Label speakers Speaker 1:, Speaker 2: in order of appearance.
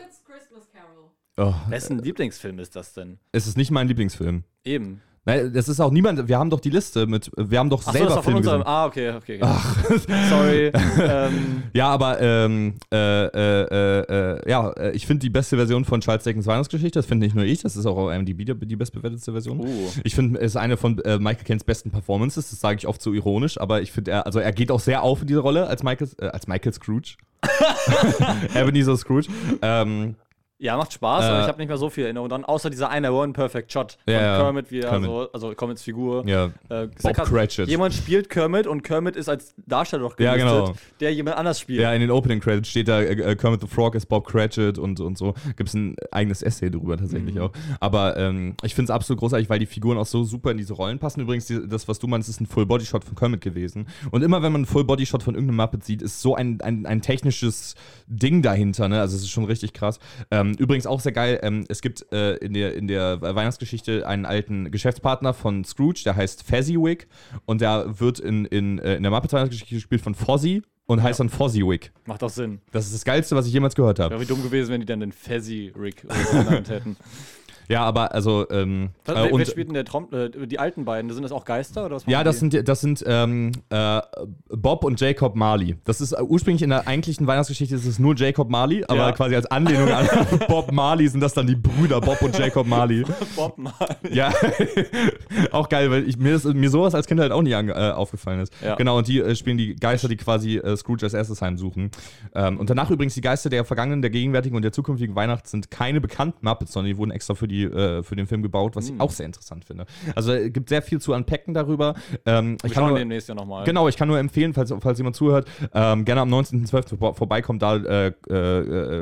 Speaker 1: It's Christmas Carol.
Speaker 2: Oh,
Speaker 3: Wessen Lieblingsfilm ist das denn?
Speaker 2: es ist nicht mein Lieblingsfilm.
Speaker 3: Eben.
Speaker 2: Nein, das ist auch niemand. Wir haben doch die Liste mit. Wir haben doch
Speaker 3: Ach so, das
Speaker 2: selber
Speaker 3: war von
Speaker 2: Filme
Speaker 3: unserem.
Speaker 2: gesehen.
Speaker 3: Ah, okay, okay. okay. Sorry. ähm,
Speaker 2: Ja, aber ähm, äh, äh, äh, äh, ja, äh, ich finde die beste Version von Charles Dickens Weihnachtsgeschichte, das finde nicht nur ich, das ist auch auf IMDb die, die bestbewertete Version.
Speaker 3: uh.
Speaker 2: Ich finde, es ist eine von äh, Michael Kens besten Performances, das sage ich oft so ironisch, aber ich finde, er, also er geht auch sehr auf in diese Rolle als Michael, äh, als Michael Scrooge. Ebenezer Scrooge. Ähm,
Speaker 3: Ja, macht Spaß, aber
Speaker 2: Äh,
Speaker 3: ich habe nicht mehr so viel Erinnerung dran, außer dieser eine One Perfect Shot von
Speaker 2: Ja, ja.
Speaker 3: Kermit, wie er
Speaker 2: Kermit.
Speaker 3: so, also Kermits Figur.
Speaker 2: ja.
Speaker 3: Äh, ist
Speaker 2: Bob Cratchit.
Speaker 3: Jemand spielt Kermit und Kermit ist als Darsteller doch
Speaker 2: Ja,
Speaker 3: gelistet,
Speaker 2: genau.
Speaker 3: der jemand anders spielt.
Speaker 2: ja, in den Opening Credits steht da, äh, äh, Kermit the Frog ist Bob Cratchit und, und so. Gibt es ein eigenes Essay drüber tatsächlich auch. Aber ähm, ich finde es absolut großartig, weil die Figuren auch so super in diese Rollen passen. Übrigens, die, das, was du meinst, ist ein Full-Body-Shot von Kermit gewesen. Und immer wenn man einen Full-Body-Shot von irgendeinem Muppet sieht, ist so ein, ein, ein technisches Ding dahinter. Ne? Also es ist schon richtig krass. Ähm, übrigens auch sehr geil, ähm, es gibt äh, in, der, in der Weihnachtsgeschichte einen alten Geschäftspartner von Scrooge, der heißt Fezziwig. Und der wird in, in, äh, in der Muppet-Weihnachtsgeschichte gespielt von Fozzie und heißt dann Fozziwig.
Speaker 3: Macht auch Sinn.
Speaker 2: Das ist das Geilste, was ich jemals gehört habe.
Speaker 3: Wäre wie dumm gewesen, wenn die dann den Fezzy Rick oder so genannt hätten.
Speaker 2: Ja, aber also ähm,
Speaker 3: Was,
Speaker 2: äh,
Speaker 3: wer, wer
Speaker 2: und
Speaker 3: spielt denn der Trom äh, die alten beiden? Sind das auch Geister? Oder was
Speaker 2: ja,
Speaker 3: machen
Speaker 2: das
Speaker 3: die?
Speaker 2: sind das sind ähm, äh, Bob und Jacob Marley. Das ist äh, ursprünglich in der eigentlichen Weihnachtsgeschichte ist es nur Jacob Marley, aber
Speaker 3: Ja.
Speaker 2: quasi als Anlehnung an Bob Marley sind das dann die Brüder Bob und Jacob Marley.
Speaker 3: Bob Marley.
Speaker 2: Ja, auch geil, weil ich, mir, das, mir sowas als Kind halt auch nie ange, äh, aufgefallen ist.
Speaker 3: Ja.
Speaker 2: Genau, und die äh, spielen die Geister, die quasi äh, Scrooge als erstes heimsuchen. Ähm, und danach übrigens die Geister der vergangenen, der gegenwärtigen und der zukünftigen Weihnacht sind keine bekannten Muppets, sondern die wurden extra für, die, äh, für den Film gebaut, was ich
Speaker 3: Hm.
Speaker 2: auch sehr interessant finde. Also es gibt sehr viel zu unpacken darüber. Ähm, ich
Speaker 3: Wir
Speaker 2: kann
Speaker 3: schauen
Speaker 2: nur,
Speaker 3: demnächst ja nochmal.
Speaker 2: Genau, ich kann nur empfehlen, falls, falls jemand zuhört, ähm, gerne am 19.12. vor- vorbeikommt, da äh, äh, äh,